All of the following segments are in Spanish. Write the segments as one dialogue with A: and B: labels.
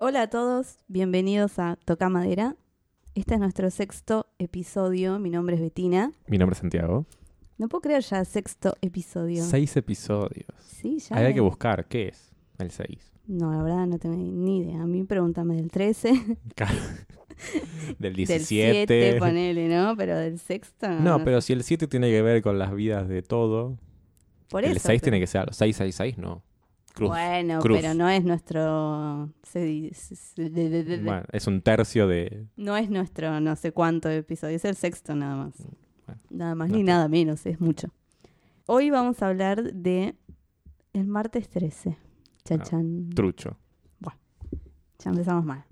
A: Hola a todos, bienvenidos a Toca Madera. Este es nuestro sexto episodio. Mi nombre es Betina.
B: Mi nombre es Santiago.
A: No puedo creer ya sexto episodio.
B: Seis episodios.
A: Sí, ya.
B: Ahí hay que buscar qué es el 6.
A: No, la verdad no tengo ni idea. A mí pregúntame del 13,
B: Del
A: del
B: 17.
A: 7, ponele, ¿no? Pero del sexto.
B: no, pero si el 7 tiene que ver con las vidas de todo,
A: Por
B: el
A: eso,
B: 6
A: pero-
B: tiene que ser 666, no. Cruz.
A: Bueno,
B: cruz.
A: pero no es nuestro. se di- se- se- de- de- de- de-
B: Bueno, es un tercio de...
A: No es nuestro no sé cuánto episodio, es el sexto nada más.
B: Mm, Bueno,
A: nada más
B: no
A: ni
B: está.
A: nada menos, es mucho. Hoy vamos a hablar de el martes 13. Chan,
B: Ah,
A: chan.
B: Trucho.
A: Ya empezamos mal.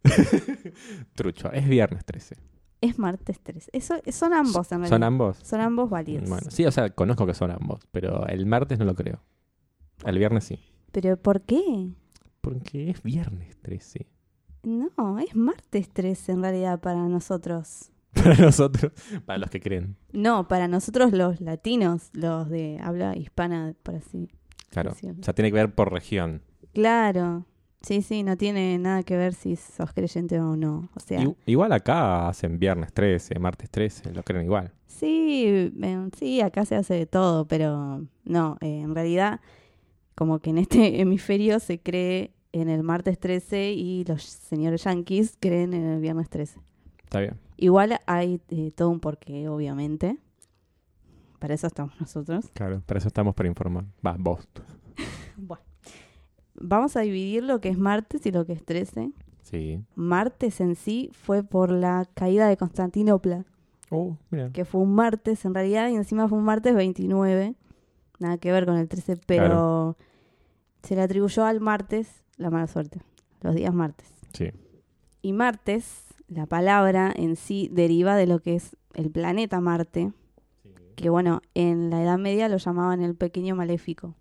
B: Trucho. Es viernes 13.
A: Es martes 13. Eso, son ambos en realidad.
B: ¿Son ambos?
A: Son ambos válidos.
B: Bueno, sí, o sea, conozco que son ambos, pero el martes no lo creo. El viernes sí.
A: Pero ¿por qué?
B: Porque es viernes 13.
A: No, es martes 13 en realidad para nosotros.
B: Para nosotros, para los que creen.
A: No, para nosotros los latinos, los de habla hispana, por así
B: Claro.
A: decirlo.
B: O sea, tiene que ver por región.
A: Claro. Sí, sí, no tiene nada que ver si sos creyente o no. O sea,
B: Igu- Igual acá hacen viernes 13, martes 13, lo creen igual.
A: sí, eh, sí, acá se hace de todo, pero no, eh, en realidad como que en este hemisferio se cree en el martes 13 y los señores yanquis creen en el viernes 13.
B: Está bien.
A: Igual hay eh, todo un porqué, obviamente. Para eso estamos nosotros.
B: Claro. Para eso estamos para informar. Va, vos.
A: Bueno. Vamos a dividir lo que es martes y lo que es 13.
B: Sí.
A: Martes en sí fue por la caída de Constantinopla,
B: Oh, mira.
A: que fue un martes en realidad y encima fue un martes 29. Nada que ver con el 13, pero se le atribuyó al martes la mala suerte, los días martes.
B: Sí.
A: Y martes, la palabra en sí deriva de lo que es el planeta Marte, que bueno, en la Edad Media lo llamaban el pequeño maléfico,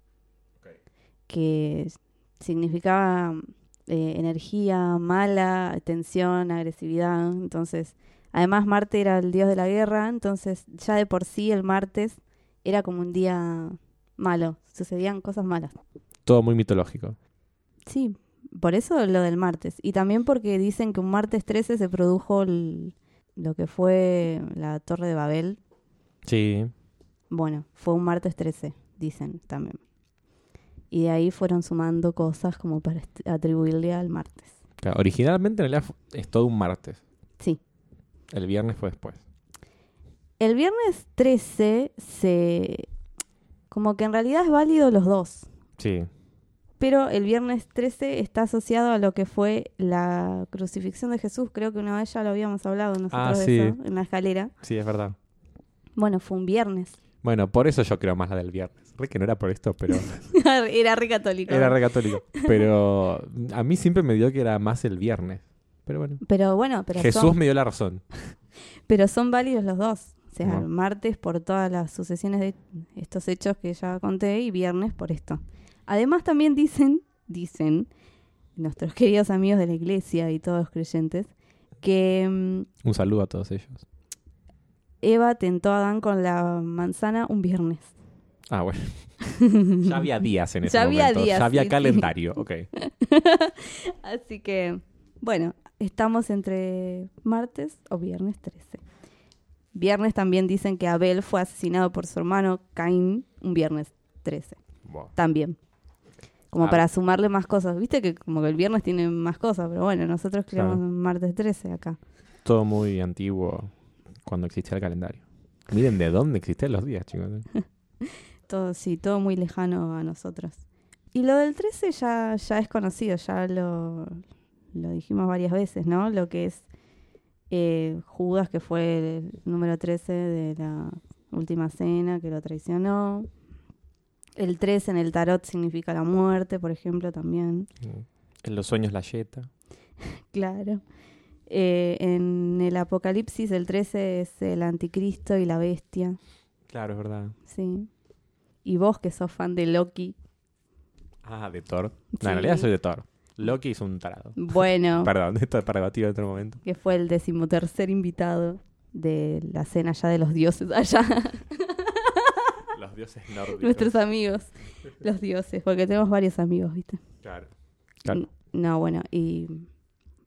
A: que significaba eh, energía mala, tensión, agresividad. Entonces, además Marte era el dios de la guerra, entonces ya de por sí el martes era como un día malo, sucedían cosas malas.
B: Todo muy mitológico.
A: Sí, por eso lo del martes. Y también porque dicen que un martes 13 se produjo el- lo que fue la Torre de Babel.
B: Sí.
A: Bueno, fue un martes 13, dicen también. Y de ahí fueron sumando cosas como para est- atribuirle al martes.
B: Claro, Originalmente en realidad fu- es todo un martes.
A: Sí.
B: El viernes fue después.
A: El viernes 13 se... Como que en realidad es válido los dos.
B: Sí.
A: Pero el viernes 13 está asociado a lo que fue la crucifixión de Jesús. Creo que una vez ya lo habíamos hablado nosotros de
B: Ah, sí.
A: eso, en la escalera.
B: Sí, es verdad.
A: Bueno, fue un viernes.
B: Bueno, por eso yo creo más la del viernes. Re que no era por esto, pero
A: Era re católico.
B: era re católico. Pero a mí siempre me dio que era más el viernes. Pero bueno.
A: Pero bueno, pero
B: Jesús
A: son,
B: me dio la razón.
A: pero son válidos los dos. O sea,
B: Bueno.
A: martes por todas las sucesiones de estos hechos que ya conté y viernes por esto. Además también dicen, dicen nuestros queridos amigos de la iglesia y todos los creyentes, que mm,
B: Un saludo a todos ellos.
A: Eva tentó a Adán con la manzana un viernes.
B: Ah, bueno. Ya había días en ese
A: Ya había
B: momento.
A: días,
B: ya había
A: sí, sí.
B: calendario. Ok.
A: Así que, bueno, estamos entre martes o viernes 13. Viernes también dicen que Abel fue asesinado por su hermano Caín un viernes 13,
B: Buah.
A: también. Como
B: Ah.
A: para sumarle más cosas. Viste que como que el viernes tiene más cosas, pero bueno, nosotros creemos
B: Claro.
A: en martes 13 acá.
B: Todo muy antiguo cuando existía el calendario. Miren de dónde existían los días, chicos. ¿eh?
A: Todo, sí, todo muy lejano a nosotros. Y lo del 13 ya, ya es conocido, ya lo, lo dijimos varias veces, ¿no? Lo que es eh, Judas, que fue el número 13 de la última cena, que lo traicionó. El 13 en el tarot significa la muerte, por ejemplo, también.
B: En los sueños la yeta.
A: Claro. Eh, en el Apocalipsis, el 13 es el anticristo y la bestia,
B: Claro, es verdad.
A: ¿sí? Y vos, que sos fan de Loki.
B: Ah, de Thor. No,
A: Sí.
B: en realidad soy de Thor. Loki es un tarado.
A: Bueno.
B: Perdón, esto es para debatir en otro momento.
A: que fue el decimotercer invitado de la cena ya de los dioses allá,
B: Los dioses nórdicos.
A: nuestros amigos, los dioses, porque tenemos varios amigos, ¿viste?
B: Claro. Claro.
A: No, bueno, y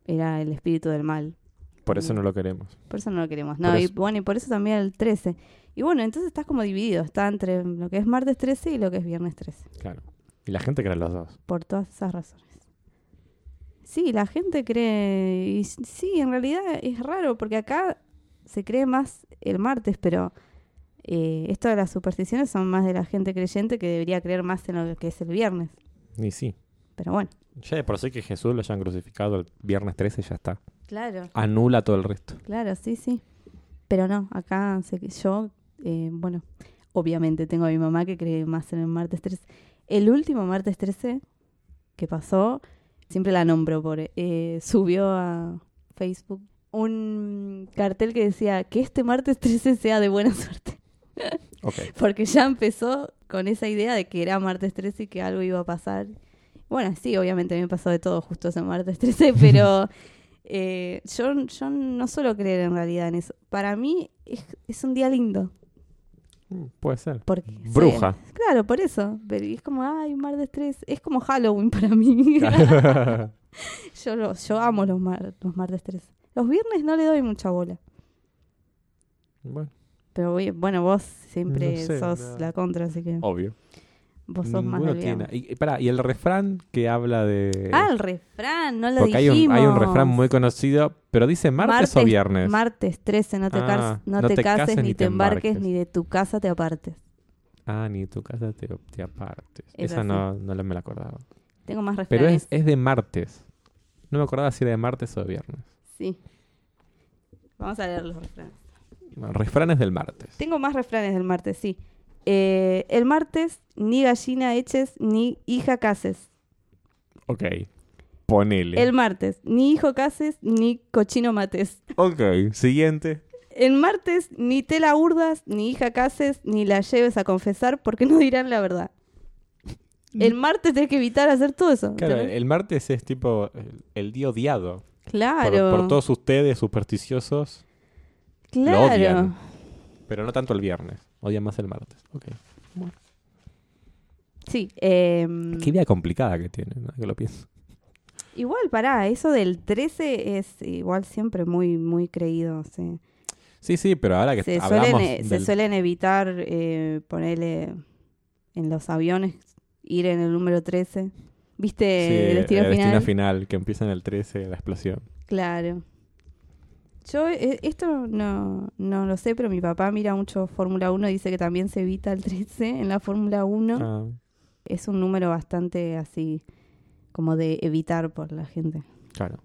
A: era el espíritu del mal.
B: Por eso no lo queremos.
A: Por eso no lo queremos. No,
B: Por
A: y
B: eso-
A: bueno, y por eso también el 13. Y bueno, entonces estás como dividido, está entre lo que es martes 13 y lo que es viernes 13,
B: Claro. Y la gente cree en los dos.
A: por todas esas razones. Sí, la gente cree, y s- sí, en realidad es raro, porque acá se cree más el martes, pero eh, esto de las supersticiones son más de la gente creyente que debería creer más en lo que es el viernes.
B: Y sí.
A: Pero bueno.
B: Ya de por sí que Jesús lo hayan crucificado el viernes 13, ya está.
A: Claro.
B: Anula todo el resto.
A: Claro, sí, sí. Pero no, acá se- yo, eh, bueno, obviamente tengo a mi mamá que cree más en el martes 13. El último martes 13 que pasó, siempre la nombro por, eh, subió a Facebook un cartel que decía que este martes 13 sea de buena suerte.
B: Ok.
A: Porque ya empezó con esa idea de que era martes 13 y que algo iba a pasar. Bueno, sí, obviamente me pasó de todo justo ese martes 13, pero eh, yo, yo no suelo creer en realidad en eso. Para mí es, es un día lindo.
B: Mm, Puede ser.
A: Porque,
B: Bruja.
A: sí, claro, por eso. Pero es como, ay, un martes 13. Es como Halloween para mí. yo, lo- yo amo los, mar- los martes 13. Los viernes no le doy mucha bola.
B: bueno,
A: Pero voy- bueno, vos siempre
B: No sé,
A: sos
B: no.
A: la contra, así que
B: obvio.
A: vos sos más
B: Ninguno
A: del viernes.
B: tiene- Y, y pará, y el refrán que habla de.
A: Ah, el refrán, no lo
B: Porque hay un,
A: dijimos.
B: hay un refrán muy conocido, pero dice martes, o
A: Martes-
B: viernes.
A: Martes 13, no te,
B: Ah,
A: car- no te cases, ni te embarques,
B: embarques.
A: ni de tu casa te apartes.
B: ah, ni tu casa te, te apartes.
A: Es
B: Esa
A: así.
B: no, no la- me la acordaba.
A: Tengo más
B: Pero
A: refranes.
B: es, es de martes. No me acordaba si era de martes o de viernes.
A: Sí. Vamos a leer los refranes.
B: Bueno, refranes del martes.
A: Tengo más refranes del martes, sí. Eh, el martes, ni gallina eches, ni hija cases.
B: Ok. Ponele.
A: El martes, ni hijo cases, ni cochino mates.
B: Ok. Siguiente.
A: El martes, ni tela urdas, ni hija cases, ni la lleves a confesar, porque no dirán la verdad. El martes tenés que evitar hacer todo eso.
B: Mm. Claro,
A: ¿entendés?
B: el martes es tipo el, el día odiado. Por-
A: Claro.
B: Por, todos ustedes supersticiosos.
A: claro.
B: Lo odian. Pero no tanto el viernes. Odian más el martes. Ok.
A: Sí. em,
B: Qué idea complicada que tienen, ¿no? que lo pienso.
A: igual, pará, eso del 13 es igual siempre muy, muy creído. sí.
B: Sí, sí, pero ahora que
A: Se,
B: hablamos
A: suelen, eh, se
B: del-
A: suelen evitar eh, ponerle en los aviones, ir en el número 13. ¿Viste
B: Sí,
A: el destino
B: el
A: final?
B: destino final, que empieza en el 13, la explosión.
A: Claro. Yo eh, esto no, no lo sé, pero mi papá mira mucho Fórmula 1 y dice que también se evita el 13 en la Fórmula 1.
B: Ah,
A: es un número bastante así como de evitar por la gente.
B: claro.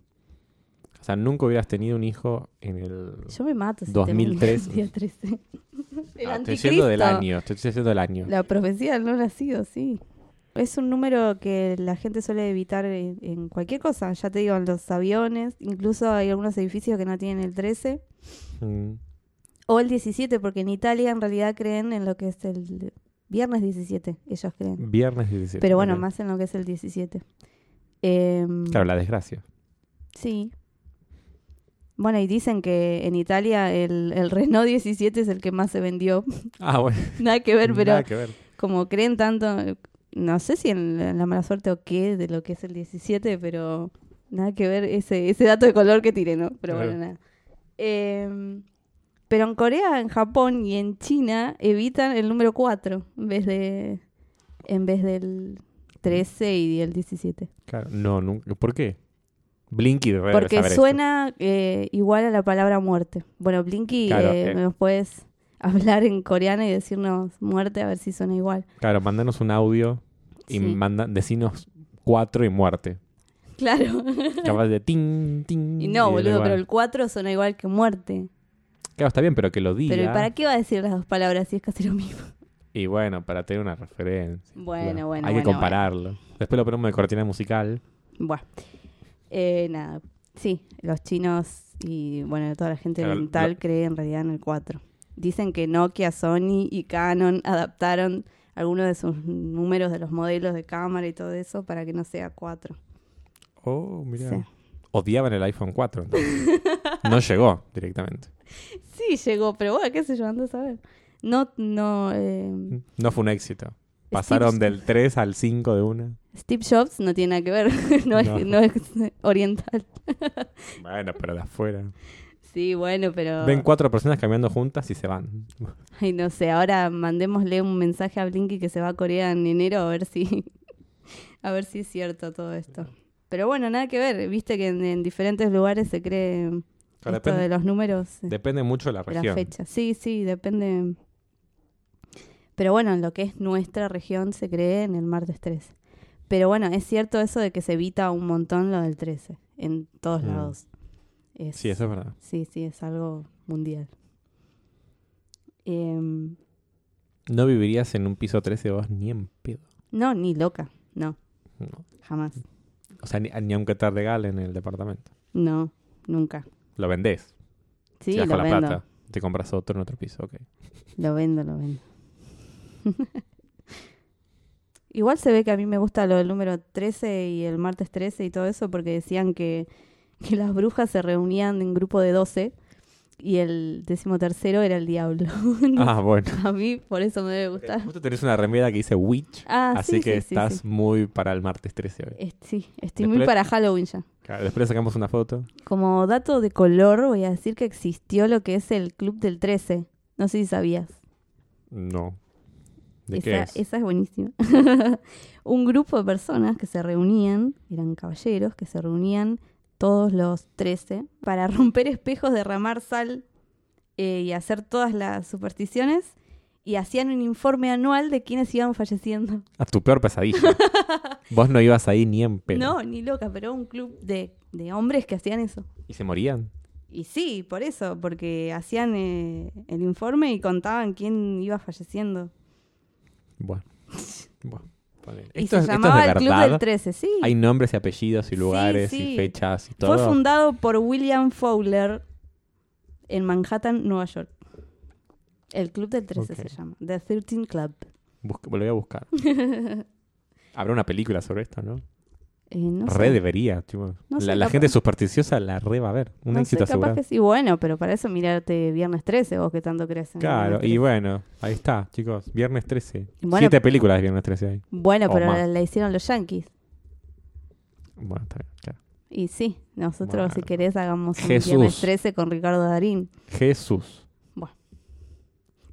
B: O sea, nunca hubieras tenido un hijo en el...
A: Yo me mato. Si
B: 2003.
A: tengo un día 13. El
B: Ah, estoy
A: anticristo.
B: diciendo del año, estoy diciendo del año.
A: La profecía del no nacido, sí. Es un número que la gente suele evitar en, en cualquier cosa. Ya te digo, en los aviones. Incluso hay algunos edificios que no tienen el 13.
B: Mm,
A: O el 17, porque en Italia en realidad creen en lo que es el viernes 17. Ellos creen.
B: Viernes 17.
A: Pero bueno,
B: ok.
A: más en lo que es el 17. Em,
B: Claro, la desgracia.
A: Sí. Bueno, y dicen que en Italia el, el Renault 17 es el que más se vendió.
B: Ah, bueno.
A: Nada que ver, pero
B: nada que ver.
A: como creen tanto, no sé si en la, en la mala suerte o qué de lo que es el 17, pero nada que ver ese, ese dato de color que tiré, ¿no? Pero bueno,
B: Claro.
A: nada. Eh, pero en Corea, en Japón y en China evitan el número 4 en vez, de, en vez del 13 y el 17.
B: Claro, No, nunca. ¿Por qué? Blinky debe
A: Porque
B: saber esto.
A: suena eh, igual a la palabra muerte. Bueno, Blinky,
B: Claro,
A: eh,
B: eh.
A: nos puedes hablar en coreano y decirnos muerte a ver si suena igual.
B: Claro, mandanos un audio y
A: Sí.
B: manda, decinos 4 y muerte.
A: Claro.
B: Capaz de ting, ting.
A: y
B: da
A: no, boludo,
B: igual.
A: pero el 4 suena igual que muerte.
B: ah, Claro, está bien, pero que lo diga.
A: Pero ¿y ¿para qué va a decir las dos palabras si es casi lo mismo?
B: Y bueno, para tener una referencia.
A: Bueno,
B: Claro.
A: bueno,
B: Hay que
A: bueno,
B: compararlo. Después lo ponemos de cortina musical.
A: Bueno. Eh, nada. Sí, los chinos y bueno, toda la gente
B: Claro,
A: oriental
B: lo-
A: cree en realidad en el 4. Dicen que Nokia, Sony y Canon adaptaron algunos de sus números de los modelos de cámara y todo eso para que no sea 4.
B: Oh, mirá.
A: Sí.
B: Odiaban el iPhone 4. entonces. no llegó directamente.
A: Sí, llegó, pero bueno, qué sé yo, ando a saber. No, no, eh,
B: No fue un éxito. Pasaron
A: Steve-
B: del 3 al 5 de una.
A: Steve Jobs no tiene nada que ver, no, Es, no
B: No.
A: es oriental.
B: Bueno, pero de afuera.
A: Sí, bueno, pero...
B: Ven cuatro personas caminando juntas y se van.
A: Ay, no sé, ahora mandémosle un mensaje a Blinky que se va a Corea en enero a ver si a ver si es cierto todo esto. Pero bueno, nada que ver, viste que en, en diferentes lugares se cree
B: Claro,
A: esto de
B: depende,
A: los números, eh,
B: depende mucho de la
A: de la
B: región.
A: fecha. Sí, sí, depende. Pero bueno, en lo que es nuestra región se cree en el martes 13. Pero bueno, es cierto eso de que se evita un montón lo del 13 en todos
B: Mm.
A: lados. Es-
B: Sí, eso es verdad.
A: Sí, sí, es algo mundial. Em,
B: No vivirías en un piso 13 vos ni en pedo.
A: no, ni loca, no,
B: No.
A: jamás.
B: O sea, ni, ni aunque te regalen el departamento.
A: No, nunca.
B: Lo vendés.
A: Sí,
B: te das
A: lo
B: con la
A: vendo,
B: plata. Te compras otro en otro piso. ok.
A: lo vendo, lo vendo. Igual se ve que a mí me gusta lo del número 13 y el martes 13 y todo eso porque decían que, que las brujas se reunían en grupo de 12 y el décimo tercero era el diablo.
B: Ah, bueno.
A: A mí por eso me debe gustar.
B: Justo tenés una remera que dice Witch.
A: Ah,
B: así
A: sí,
B: que
A: sí, sí,
B: estás
A: sí. Eh.
B: muy para el martes 13 hoy.
A: Es- sí, estoy muy
B: Después-
A: para Halloween ya.
B: Claro, después le sacamos una foto.
A: Como dato de color, voy a decir que existió lo que es el Club del 13. No sé si sabías.
B: No. ¿De
A: esa,
B: qué es?
A: esa es buenísima. Un grupo de personas que se reunían, eran caballeros, que se reunían todos los 13 para romper espejos, derramar sal eh, y hacer todas las supersticiones. Y hacían un informe anual de quienes iban falleciendo.
B: A tu peor pesadilla. Vos no ibas ahí ni en pedo.
A: No, ni loca, pero un club de, de hombres que hacían eso.
B: ¿Y se morían?
A: Y sí, por eso, porque hacían eh, el informe y contaban quién iba falleciendo.
B: Bueno. Bueno, ponele.
A: Y se
B: Esto, es, esto es
A: llamaba
B: de
A: el Club del
B: verdad.
A: 13, sí.
B: Hay nombres y apellidos y lugares
A: sí.
B: y fechas y
A: Fue
B: todo.
A: fundado por William Fowler en Manhattan, Nueva York. El Club del 13
B: Ok.
A: se llama, The 13 Club.
B: Busca- lo voy a buscar. Habrá una película sobre esto, ¿no?
A: Eh, no sé,
B: re debería. tipo.
A: No sé,
B: la, la
A: capaz-
B: gente supersticiosa la re va a ver. Un
A: no sé,
B: éxito
A: capaz
B: asegurado.
A: que sí. Bueno, pero para eso mirarte Viernes 13, vos que tanto crees. en
B: Claro,
A: Viernes
B: y
A: 13.
B: bueno, ahí está, chicos. Viernes 13.
A: Bueno.
B: Siete películas de Viernes 13 ahí.
A: Bueno,
B: o
A: pero
B: más.
A: la, la hicieron los Yankees.
B: Bueno, está bien, claro.
A: Y sí, nosotros
B: Bueno.
A: si querés hagamos un
B: Jesús.
A: Viernes 13 con Ricardo Darín.
B: Jesús.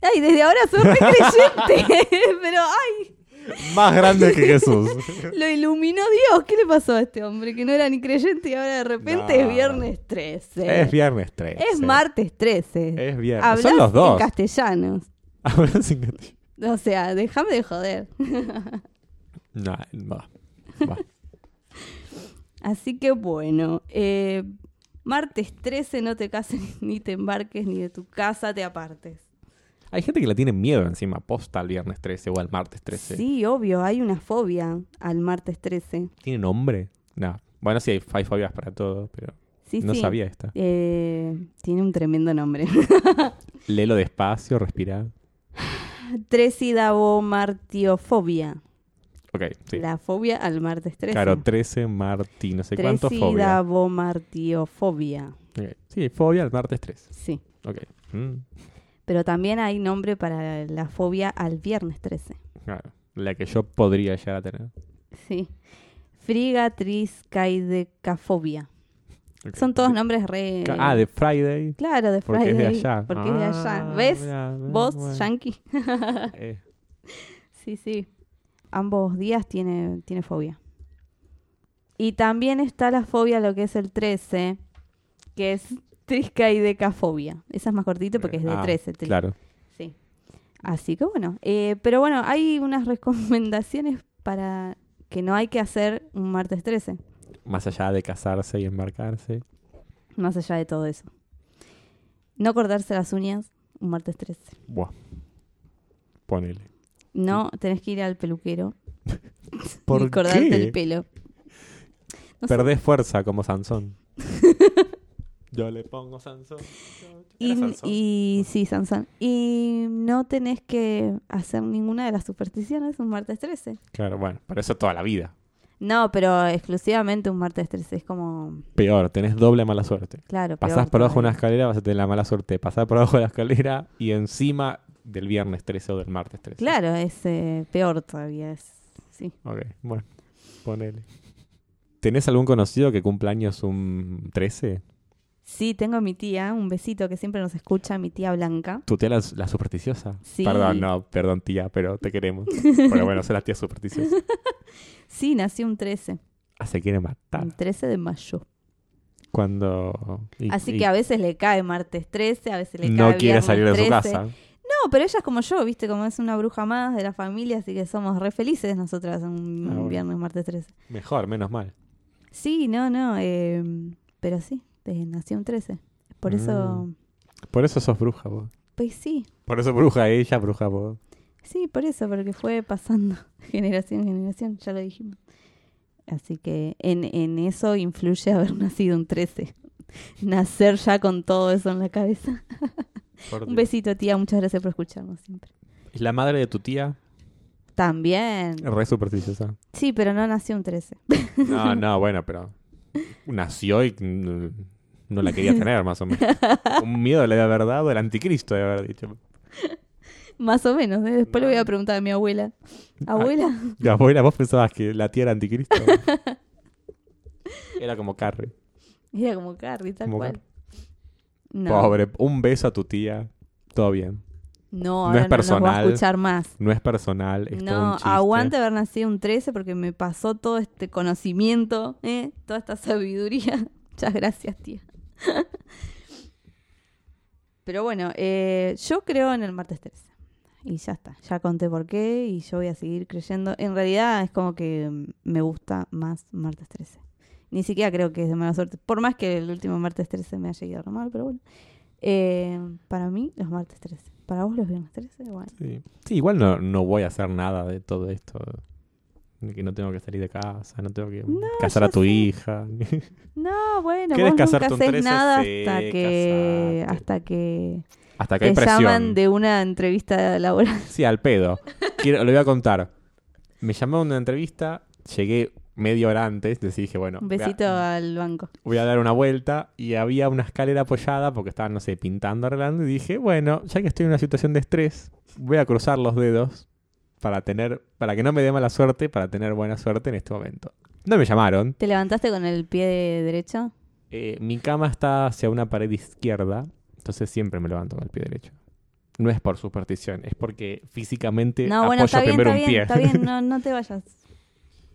A: Ay, desde ahora soy re creyente. Pero, ay,
B: Más grande que Jesús.
A: lo iluminó Dios. ¿Qué le pasó a este hombre? Que no era ni creyente y ahora de repente es
B: No.
A: viernes 13.
B: es Viernes 13.
A: Es martes 13.
B: Es Viernes.
A: Hablas
B: Son los
A: en
B: dos.
A: castellanos.
B: Hablan sin castellano.
A: O sea, déjame de joder.
B: No, no. Va.
A: Así que bueno, eh, martes 13 no te cases ni te embarques ni de tu casa te apartes.
B: Hay gente que le tiene miedo encima, posta al Viernes 13 o al Martes 13.
A: Sí, obvio, hay una fobia al martes 13.
B: ¿Tiene nombre? No. Bueno, sí, hay, hay fobias para todo, pero
A: Sí,
B: no
A: sí.
B: sabía esta.
A: Eh, tiene un tremendo nombre.
B: Lelo despacio, respirá.
A: Tresidabomartiofobia.
B: Ok, sí.
A: La fobia al martes 13.
B: Claro, 13, Martí, no sé cuánto, fobia.
A: Tresidabomartiofobia.
B: Ok. Sí, fobia al martes 13.
A: Sí.
B: Ok. Mm,
A: Pero también hay nombre para la fobia al viernes 13.
B: claro. La que yo podría llegar a tener.
A: Sí. Frigatriscaidecafobia.
B: Ok.
A: Son todos nombres re.
B: Ah, de Friday.
A: Claro, de
B: Porque
A: Friday.
B: es de allá.
A: Porque es de allá.
B: Ah,
A: ¿Ves?
B: mirá, mirá,
A: Vos,
B: bueno.
A: yankee.
B: Eh,
A: Sí, sí. Ambos días tiene, tiene fobia. Y también está la fobia, a lo que es el 13, que es triskaidecafobia. Esa es más cortita porque es de
B: ah,
A: 13. tri-
B: Claro.
A: Sí. Así que bueno. eh, pero bueno, hay unas recomendaciones para que no hay que hacer un martes 13,
B: Más allá de casarse y embarcarse.
A: más allá de todo eso. No cortarse las uñas un martes 13.
B: Buah. Ponele.
A: No tenés que ir al peluquero
B: ¿Por
A: y cortarte
B: qué?
A: el pelo. No sé.
B: Perdés fuerza como Sansón. Yo le pongo Sansón. Yo-
A: Y,
B: ¿Era Sansón?
A: y- sí, Sansón. Y no tenés que hacer ninguna de las supersticiones un martes 13.
B: Claro, bueno, pero eso toda la vida.
A: No, pero exclusivamente un martes 13. Es como,
B: Peor, tenés doble mala suerte.
A: claro. peor
B: Pasás por abajo de una
A: todavía.
B: escalera, vas a tener la mala suerte. de Pasar por abajo de la escalera y encima del viernes 13 o del martes 13.
A: Claro, es eh, peor todavía. Es, sí.
B: Ok, bueno, ponele. ¿Tenés algún conocido que cumpla años un 13?
A: Sí, tengo a mi tía, un besito que siempre nos escucha, mi tía Blanca.
B: ¿Tu tía la, la supersticiosa?
A: Sí.
B: Perdón, no, perdón tía, pero te queremos. pero bueno, soy la tía supersticiosa.
A: Sí, nació un 13,
B: Ah, se quiere matar.
A: un 13 de mayo.
B: Cuando... y-
A: Así
B: y
A: que a veces le cae martes 13, a veces le cae
B: No quiere
A: viernes
B: salir de su
A: 13.
B: casa.
A: No, pero ella es como yo, viste, como es una bruja más de la familia, así que somos re felices nosotras un
B: Ah, bueno.
A: viernes, martes 13.
B: Mejor, menos mal.
A: Sí, no, no, eh, pero sí, desde nació un 13. Por
B: Mm.
A: eso,
B: Por eso sos bruja vos.
A: pues sí,
B: Por eso bruja ella, bruja vos.
A: sí, por eso, porque fue pasando generación en generación, ya lo dijimos. Así que en, en eso influye haber nacido un 13. Nacer ya con todo eso en la cabeza.
B: Por
A: Un
B: Dios.
A: besito, tía, muchas gracias por escucharnos siempre.
B: ¿Y la madre de tu tía?
A: También.
B: Re supersticiosa.
A: Sí, pero no nació un 13.
B: No, no, bueno, pero... Nació y mm, no la quería tener, más o menos. Un miedo le de haber dado el anticristo de haber dicho.
A: Más o menos. ¿eh? Después le voy
B: No. Ah.
A: a preguntar a mi abuela. ¿Abuela?
B: La abuela, vos pensabas que la tía era anticristo. era como Carrie.
A: Era como Carrie, tal
B: Como
A: cual.
B: Carrie.
A: No,
B: Pobre, un beso a tu tía. Todo bien.
A: no,
B: No
A: ahora no, nos
B: es
A: va a
B: personal.
A: escuchar más.
B: No es personal, es todo un
A: No,
B: chiste.
A: aguante haber nacido un 13 porque me pasó todo este conocimiento, ¿eh? toda esta sabiduría. Muchas gracias, tía. Pero bueno, eh, yo creo en el martes 13. Y ya está, ya conté por qué y yo voy a seguir creyendo. En realidad es como que mm, me gusta más martes 13. Ni siquiera creo que es de mala suerte. Por más que el último martes 13 me haya ido re mal, pero bueno. Eh, para mí, los martes 13. Para vos, los viernes 13, bueno.
B: Sí, Sí, igual no, no voy a hacer nada de todo esto. De Que no tengo que salir de casa, no tengo que casar a
A: ya
B: tu
A: sé.
B: hija.
A: No, bueno,
B: ¿Querés
A: vos nunca
B: casarte un
A: hacés
B: 13?
A: nada
B: Sí,
A: hasta que
B: casate.
A: hasta que
B: Hasta que
A: te
B: hay
A: llaman
B: presión.
A: de una entrevista laboral.
B: Sí, al pedo. Quiero- lo voy a contar. Me llamó a una entrevista, llegué media hora antes, decidí, dije, bueno,
A: Un
B: voy a-
A: besito al banco.
B: voy a dar una vuelta y había una escalera apoyada porque estaban, no sé, pintando, arreglando y dije, bueno, ya que estoy en una situación de estrés, voy a cruzar los dedos para tener, para que no me dé mala suerte, para tener buena suerte en este momento. No me llamaron.
A: ¿Te levantaste con el pie derecho?
B: Eh, mi cama está hacia una pared izquierda, entonces siempre me levanto con el pie derecho. No es por superstición, es porque físicamente
A: No,
B: apoyo
A: bueno, está bien,
B: primero
A: está
B: un
A: bien,
B: pie.
A: está bien, no, no te vayas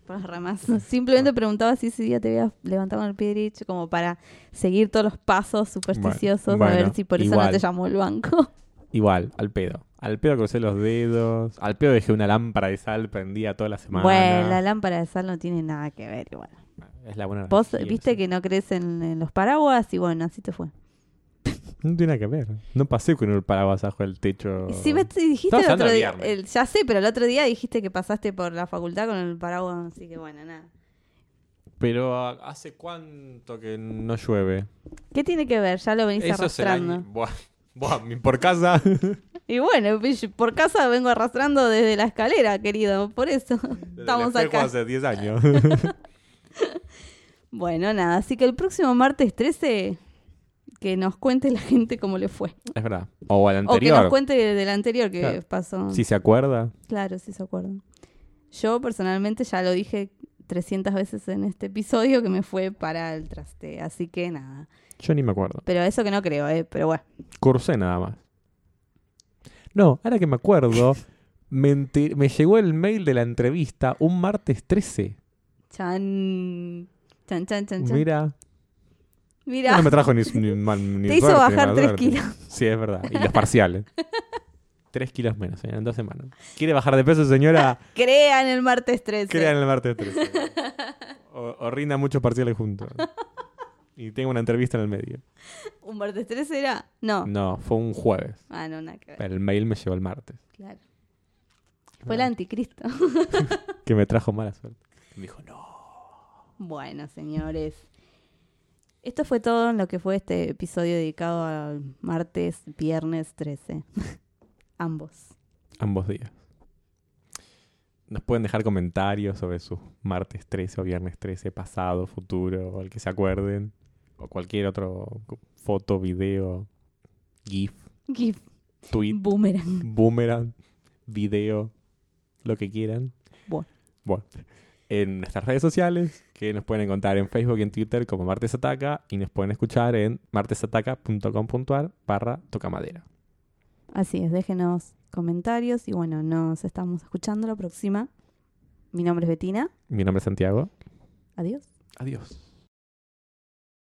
A: por las ramas. Simplemente preguntaba si ese día te habías levantado con el pie derecho como para seguir todos los pasos supersticiosos
B: Bueno,
A: a ver
B: bueno,
A: si por eso no
B: igual.
A: te llamó el banco.
B: Igual, al pedo. Al pedo crucé los dedos, al pedo dejé una lámpara de sal prendida toda la semana.
A: Bueno, la lámpara de sal no tiene nada que ver igual.
B: Es la buena
A: Vos
B: energía,
A: viste
B: sí.
A: que no crees en, en los paraguas y bueno, así te fue.
B: No tiene nada que ver. No pasé con el paraguas bajo el techo.
A: Y si me te dijiste
B: Estamos
A: el
B: hablando
A: otro
B: de
A: día,
B: viernes.
A: el- ya sé, pero el otro día dijiste que pasaste por la facultad con el paraguas, así que bueno, nada.
B: Pero ah, hace cuánto que no llueve.
A: ¿Qué tiene que ver? Ya lo venís
B: será-
A: arrastrando.
B: Buah, buah, mi- por casa.
A: Y bueno, pues, por casa vengo arrastrando desde la escalera, querido, por eso estamos
B: Desde el espejo
A: acá.
B: hace 10 años.
A: Bueno, nada, así que el próximo martes 13 que nos cuente la gente cómo le fue.
B: es verdad. O al
A: O que nos
B: anterior.
A: cuente del anterior que
B: Claro.
A: pasó.
B: si se acuerda.
A: Claro, sí se acuerdan. Yo personalmente ya lo dije 300 veces en este episodio que me fue para el traste, así que nada.
B: Yo ni me acuerdo.
A: Pero eso que no creo, ¿eh? Pero bueno.
B: Cursé nada más. No, ahora que me acuerdo, me, enter- me llegó el mail de la entrevista un martes 13.
A: Chan. Chan, chan, chan, chan.
B: Mira,
A: Mira,
B: no me trajo ni, ni mal- ni
A: te hizo
B: suerte, ni
A: bajar
B: mala
A: 3
B: suerte.
A: kilos.
B: Sí, es verdad. Y los parciales. Tres kilos menos, señora, en dos semanas. ¿Quiere bajar de peso, señora?
A: Crean el martes 13.
B: Crean el martes 13. O, o rinda muchos parciales juntos. Y tengo una entrevista en el medio.
A: ¿Un martes 13 era? No.
B: No, fue un jueves.
A: Ah, no, nada que ver.
B: El mail me llegó el martes.
A: Claro. Fue el anticristo.
B: Que me trajo mala suerte. Me dijo, no.
A: Bueno, señores. Esto fue todo en lo que fue este episodio dedicado al martes, viernes 13. Ambos.
B: Ambos días. Nos pueden dejar comentarios sobre sus martes 13 o viernes 13, pasado, futuro, o el que se acuerden. O cualquier otro foto, video, GIF.
A: GIF.
B: tweet,
A: Boomerang.
B: boomerang, video, lo que quieran.
A: Bueno.
B: Bueno. En nuestras redes sociales, que nos pueden encontrar en Facebook y en Twitter como Martes Ataca y nos pueden escuchar en martesataca.com.ar barra tocamadera.
A: Así es, déjenos comentarios y bueno, nos estamos escuchando la próxima. Mi nombre es Betina.
B: Mi nombre es Santiago.
A: Adiós.
B: Adiós.